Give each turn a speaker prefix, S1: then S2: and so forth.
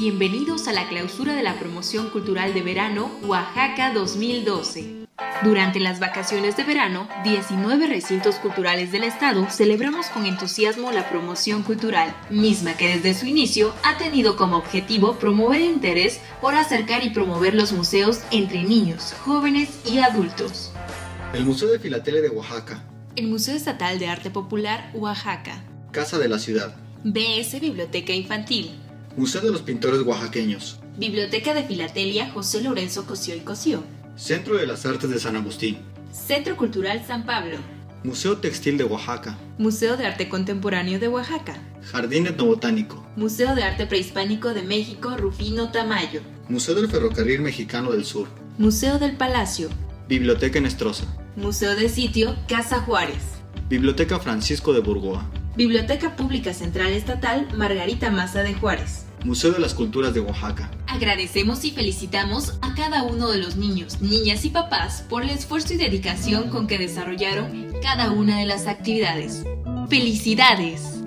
S1: Bienvenidos a la clausura de la promoción cultural de verano Oaxaca 2012. Durante las vacaciones de verano, 19 recintos culturales del estado celebramos con entusiasmo la promoción cultural, misma que desde su inicio ha tenido como objetivo promover interés por acercar y promover los museos entre niños, jóvenes y adultos.
S2: El Museo de Filatelia de Oaxaca,
S1: El Museo Estatal de Arte Popular Oaxaca,
S2: Casa de la Ciudad,
S1: BS Biblioteca Infantil,
S2: Museo de los Pintores Oaxaqueños,
S1: Biblioteca de Filatelia José Lorenzo Cosío y Cosío,
S2: Centro de las Artes de San Agustín,
S1: Centro Cultural San Pablo,
S2: Museo Textil de Oaxaca,
S1: Museo de Arte Contemporáneo de Oaxaca,
S2: Jardín Etnobotánico,
S1: Museo de Arte Prehispánico de México Rufino Tamayo,
S2: Museo del Ferrocarril Mexicano del Sur,
S1: Museo del Palacio,
S2: Biblioteca Nestrosa,
S1: Museo de Sitio Casa Juárez,
S2: Biblioteca Francisco de Burgoa,
S1: Biblioteca Pública Central Estatal Margarita Maza de Juárez.
S2: Museo de las Culturas de Oaxaca,
S1: Agradecemos y felicitamos a cada uno de los niños, niñas y papás por el esfuerzo y dedicación con que desarrollaron cada una de las actividades. ¡Felicidades!